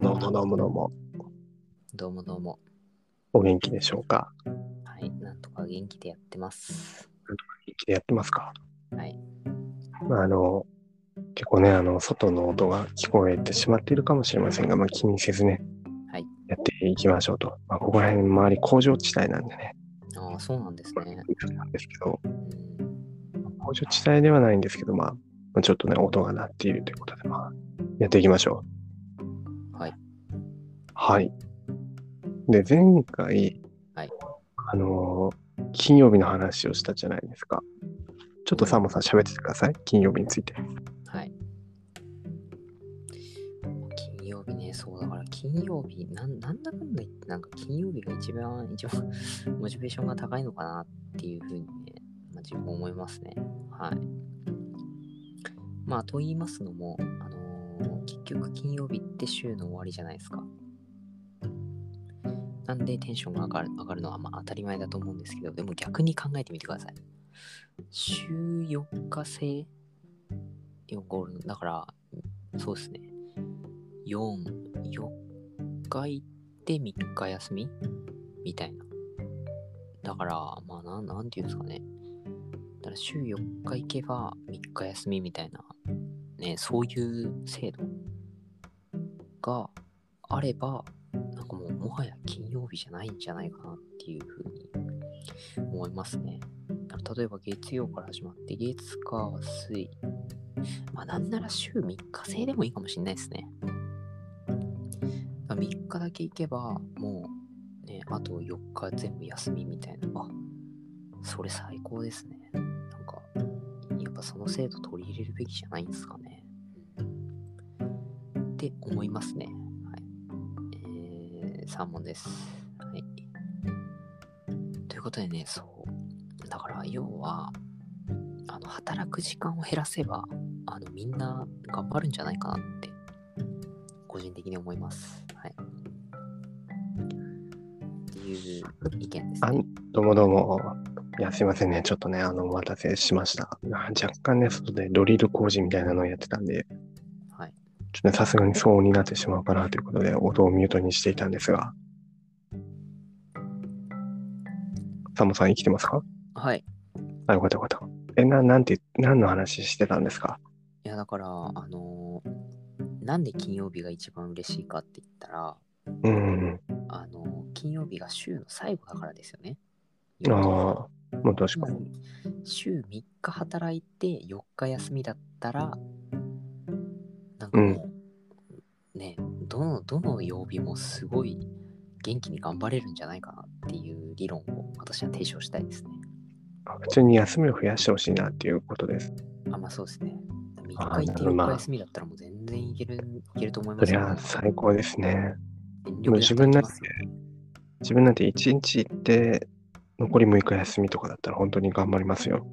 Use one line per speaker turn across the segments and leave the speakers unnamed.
うもどうもどうも。
どうもどうも。
お元気でしょうか
はい、なんとか元気でやってます。
元気でやってますか
はい。
まあ、あの、結構ね、あの、外の音が聞こえてしまっているかもしれませんが、まあ、気にせずね、
はい
やっていきましょうと。まあ、ここら辺周り工場地帯なんでね、
ああ、そうなんですね。
なんですけど、
うん、
工場地帯ではないんですけど、まあまあ、ちょっとね、音が鳴っているということで、まあ、やっていきましょう。
はい。
はい。で、前回、
はい
あのー金曜日の話をしたじゃないですか。ちょっとサーモンさん喋っててください。金曜日について。
はい。金曜日ね、そうだから金曜日、なんなんだかんだ言って、なんか金曜日が一番、一番 モチベーションが高いのかなっていうふうにね、まあ、自分思いますね。はい。まあ、と言いますのも、あのー結局金曜日って週の終わりじゃないですか。なんでテンションが上がる上がるのはまあ当たり前だと思うんですけど、でも逆に考えてみてください。週4日制4ゴールドだから、そうですね。4、4日行って3日休みみたいな。だから、まあなん、なんていうんですかね。だから週4日行けば3日休みみたいな、ね、そういう制度があれば、なんかもう、もはや金曜日じゃないんじゃないかなっていうふうに思いますね。だから例えば月曜から始まって、月、火、水、まあ、なんなら週3日制でもいいかもしれないですね。3日だけ行けば、もう、ね、あと4日全部休みみたいな。あ、それ最高ですね。なんか、やっぱその制度取り入れるべきじゃないんですかね。って思いますね。はい。えー、サーモンです。はい。ということでね、そう。だから、要は、あの、働く時間を減らせば、あのみんな頑張るんじゃないかなって個人的に思います。はい。っていう意見です
あ
ね
ん。どうもどうも。いや、すいませんね。ちょっとね、あの、お待たせしました。あ若干ね、外でドリル工事みたいなのをやってたんで、
はい。
ちょっとねさすがに騒音になってしまうかなということで、音をミュートにしていたんですが。サモさん生きてますか
はい。
あ、よかったよかった。え、な、なんて、何の話してたんですか
いやだから、あのーなんで金曜日が一番嬉しいかって言ったら、
うん。
あのー金曜日が週の最後だからですよね。
ああ、もう
つ
確
ま
か
り
に。
週3日働いて4日休みだったらなんかもう、ねどのどの曜日もすごい元気に頑張れるんじゃないかなっていう理論を私は提唱したいですね。
普通に休みを増やしてほしいなっていうことです。
あまあそうですね。3日
あー
行って
なるほどまあ
4日休みだったらもう全然いけるいけると思い
そ
ます
り
よ、
ゃ最高ですね。
全
でも
力
自分
で
なんて
働きますよ、
自分なんて1日行って、残り6日休みとかだったら本当に頑張りますよ。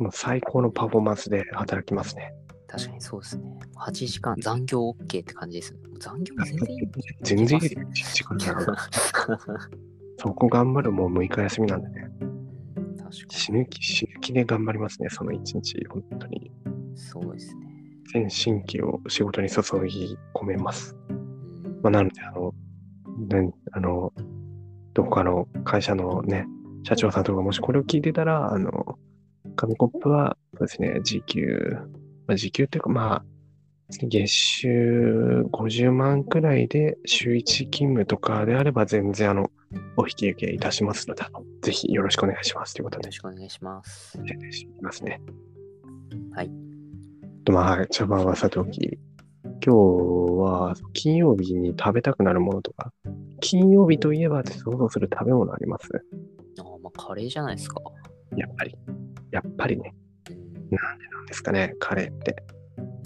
もう最高のパフォーマンスで働きますね。
確かにそうですね。8時間残業 OK って感じですね。もう残業も全然いい。
全然いい
いけ
で
ます
よ。1時間なんか
よ
そこ頑張るもう6日休みなんでね。
うん確かに。
死ぬ気、死ぬ気で頑張りますね、その1日。本当に。
そうですね。
全神経を仕事に注ぎ込めます。
うん
まあ、なので、あの、ね、あの、どこかの会社のね、社長さんとかもしこれを聞いてたら、あの、紙コップは、そうですね、時給、まあ、時給っていうか、まあ、月収50万くらいで週1勤務とかであれば全然あの、お引き受けいたしますので、あのぜひよろしくお願いしますということ
よ
で
ろ、しくお願いします。
宣伝していきますね。
はい。
とまあ、はい、茶番はさておき、今日は金曜日に食べたくなるものとか、金曜日といえばって想像する食べ物あります
あーまあ、カレーじゃないですか。
やっぱり。やっぱりね、
うん
なんですかね、カレーって。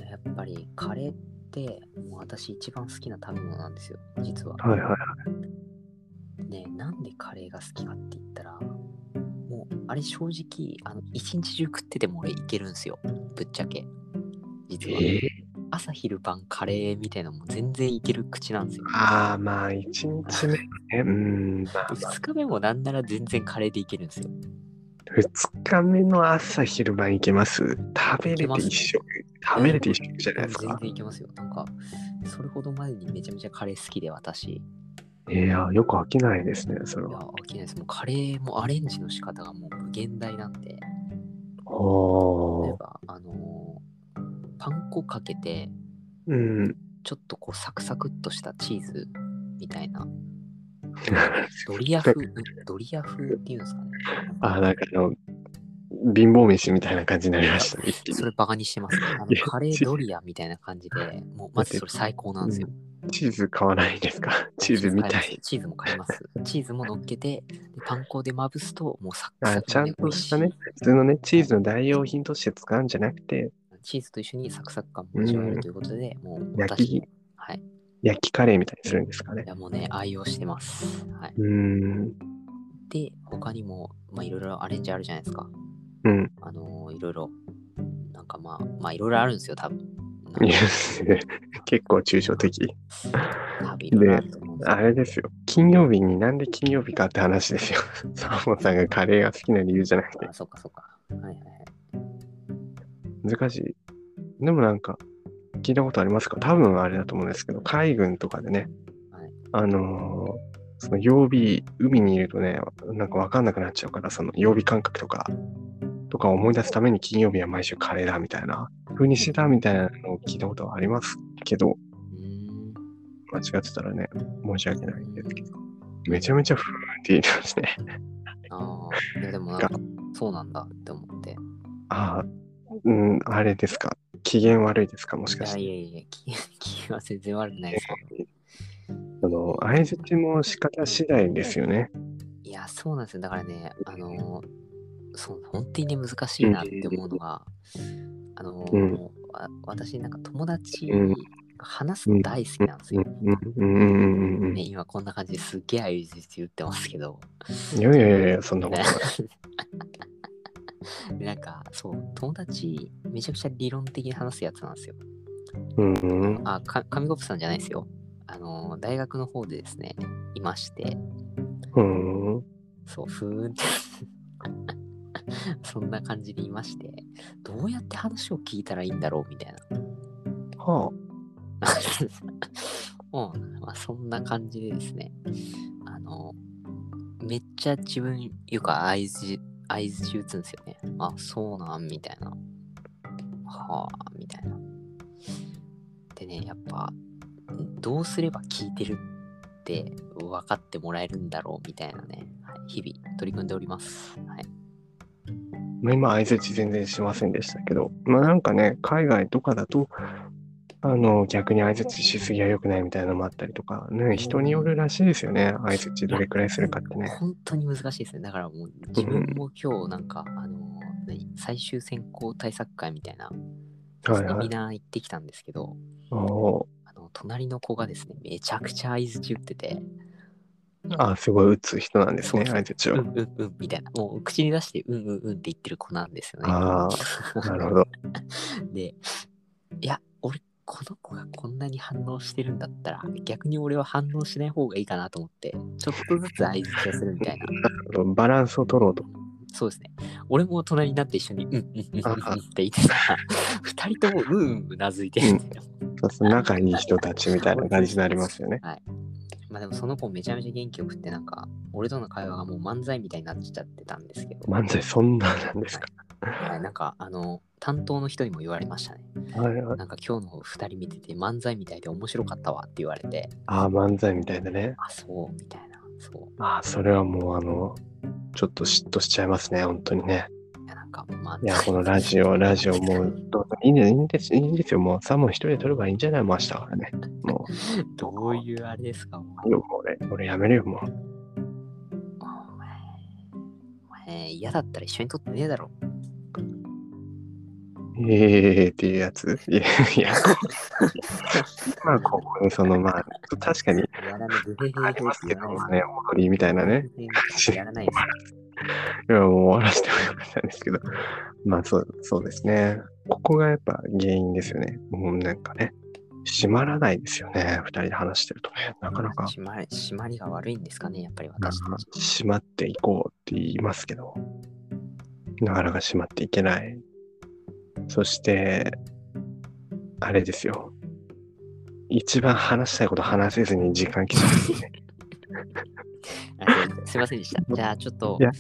やっぱりカレーって、もう私一番好きな食べ物なんですよ、実は。
はいはい。
ねえなんでカレーが好きかって言ったら、もう、あれ正直、あの、一日中食ってても俺いけるんですよ、ぶっちゃけ。実は。
えー
朝昼晩カレーみたいなのも全然いける口なんですよ。
ああ、まあ、一日目ね。うーん、まあ、まあ
2日目もなんなら全然カレーでいけるんですよ。
二日目の朝昼晩行けます。食べ
いけ
れ
ま
て
すね
一緒。はめれて一緒じゃない
全
ですか。
然いけますよ。なんか、それほど前にめちゃめちゃカレー好きで私。
いや、よく飽きないですね、それ
いや、
は。
飽きないです。もうカレーもアレンジの仕方がもう無限大なんで、例え
おー。
ば、あのーパン粉かけて、
うん。
ちょっとこうサクサクっとしたチーズみた いな、ドリア風、ドリア風っていうんですかね。
あ、なんかあの、貧乏飯みたいな感じになりましたね、一気
そ
に。
れバカにしてますね。あの
いや
カレードリアみたいな感じで、もうまずそれ最高なんですよ。
チーズ買わないですかチーズみたい。
チーズも買います。チーズも乗っけて、でパン粉でまぶすと、もうサックサ
あ
ク
ちゃんとしたね、普通のね、チーズの代用品として使うんじゃなくて、
チーズと一緒にサクサク感も味わえるということで、もう
焼き
私、はい。
焼きカレーみたいにするんですかね
い。やもうね、愛用してます。はい、
うーん。
で、他にも、まあ、いろいろアレンジあるじゃないですか。
うん。
あのーいろいろ、なんかまあ、まあ、いろいろあるんですよ、多分。なんか
いや結構抽象的。
多分いろいろあると思うんですけ
あ
ど
れですよ。金曜日になんで金曜日かって話ですよ。サーモンさんがカレーが好きな理由じゃなくて
あ、。そっかそっか。はいはいはい。
難しい。でもなんか、聞いたことありますか多分あれだと思うんですけど、海軍とかでね、
はい
あのーその曜日、海にいるとね、なんかわかんなくなっちゃうから、その曜日感覚とか、とか思い出すために金曜日は毎週カレーだみたいな、風にしてたみたいなのを聞いたことはありますけど、
うーん。
間違ってたらね、申し訳ないんですけど、めちゃめちゃふーんって言ってますね。
ああ、いやでもなんか、そうなんだって思って。
ああ、うん、あれですか。機嫌悪いですかもし
い
かして
や。いやいや、気 気は全然悪くないですけど。
あの、相づちも仕方次第ですよね。
いや、そうなんですよ。だからね、あのーそう、本当にね、難しいなって思うのが、あのー
うん
わ私、なんか友達
うん
が話すの大好きなんです
うん
よ。
うんうんうんうんうん。
ね、
い
今こんな感じですげえ相づち打ってますけど、
やいやいやいや、そんなことない。
でなんか、そう、友達、めちゃくちゃ理論的に話すやつなんですよ。
うんうん。
あ、か紙コップさんじゃないですよ。あのー大学の方でですね、いまして、
うん。
そう、ふーんってそんな感じでいまして、どうやって話を聞いたらいいんだろうみたいな。
は
うん、まあ、そんな感じでですね、あの、めっちゃ自分、いうか、合図、合図打つんですよね。あ、そうなん、みたいな。はあ、みたいな。でね、やっぱ、どうすれば聞いてるって分かってもらえるんだろうみたいなね、はい、日々取り組んでおります。はい。
あ。まあ今、相づち全然しませんでしたけど、まあなんかね、海外とかだと、あの、逆に相づちしすぎは良くないみたいなのもあったりとか、ね、人によるらしいですよね。相づちどれくらいするかってね。
本当に難しいですね。だからもう自分も今日なんか、あの何最終選考対策会みたいな、
はいはい
セミナー行ってきたんですけど、
おー
あの隣の子がですね、めちゃくちゃ相づち打ってて、
あ、すごい打つ人なんですね、
そうそう
相づち
うん
を。
うんうんみたいな、もう口に出してうんうんうんって言ってる子なんですよね。
ああ、なるほど。
で、いや、俺、この子がこんなに反応してるんだったら、逆に俺は反応しない方がいいかなと思って、ちょっとずつ相づちをするみたいな。
バランスを取ろうと。
そうですね。俺も隣になって一緒に、うんうんうんうん
あ
うんって言ってさ、二人ともうんうんうなずいてるんだよ。
そうそう仲いい人たちみたいな感じになりますよね。
まあでもその子めちゃめちゃ元気よくって、なんか、俺との会話がもう漫才みたいになっちゃってたんですけど、
漫才そんななんですか
はいなんか、あの、担当の人にも言われましたね。
あれは
なんか今日の二人見てて漫才みたいで面白かったわって言われて、
あー、漫才みたいなね。
あ、そう、みたいな。そ
ああ、それはもうあの、ちょっと嫉妬しちゃいますね、本当にね。
う。いや、なんか漫才。
いや、このラジ オ、ラジオもう、どうぞいいんですいいんですいいんですよ。もう、サモン一人で撮ればいいんじゃないもう明日からね。も
どういうあれですか、も
う、いいよもう俺、俺やめるよ、もう。
う。お前、お前嫌だったら一緒に撮ってねえだろ。
ええっていうやつ。いや、いや、こ まあ、ここの、その、まあ、確かに、
やらない。
ありますけど、まあね、おりみたいなね。
やらないです。
いや、もう終わらせてもよかったんですけど。 まあ、そう、そうですね。ここがやっぱ原因ですよね。もうなんかね、閉まらないですよね。二人で話してるとね。なかなか、
締まり締まりが悪いんですかね、やっぱり
なん
私
か
たち。
閉まっていこうって言いますけど、なかなか閉まっていけない。そして、あれですよ。一番話したいこと話せずに時間来ちゃうんですね。
あすいませんでした。じゃあちょっと
い、や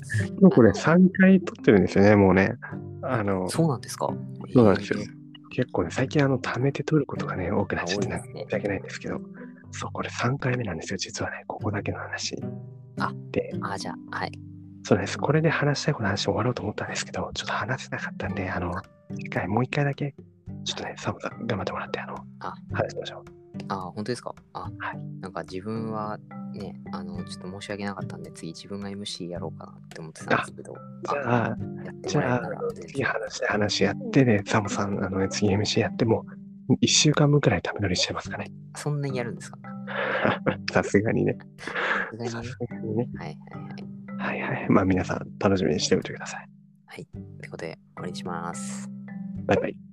もうこれ3回撮ってるんですよね、もうね。あの、
そうなんですか
そうなんですよ
えー
結構ね、最近あの、貯めて撮ることがね、多くなっちゃってなん
多
か
いですね
申し訳ないんですけど、そう、これ3回目なんですよ、実はね、ここだけの話。
あ
で、
あー、じゃあ、はい。
そうなんです。これで話したいことの話終わろうと思ったんですけど、ちょっと話せなかったんで、あの、一回、もう一回だけ、ちょっとね、サムさん頑張ってもらって、あの、
あ
話しましょう。
あー、本当ですかあ、
は
なんか自分はね、あの、ちょっと申し訳なかったんで、次自分が MC やろうかなって思ってたんですけど、
じゃあ、
やって
じ
もらえ
ゃあ
たら、、全
次
然
話して話やってで、サムさん、あのね、次 MC やっても、1週間分くらいため取りしちゃいますかね。
そんなにやるんですか
さすがにね。
さすがに
さ
ね
すがにね。
はいはいはい。
はいはい。まあ皆さん、楽しみにしておいてください。
ということで、終わりにします。
バイバイ。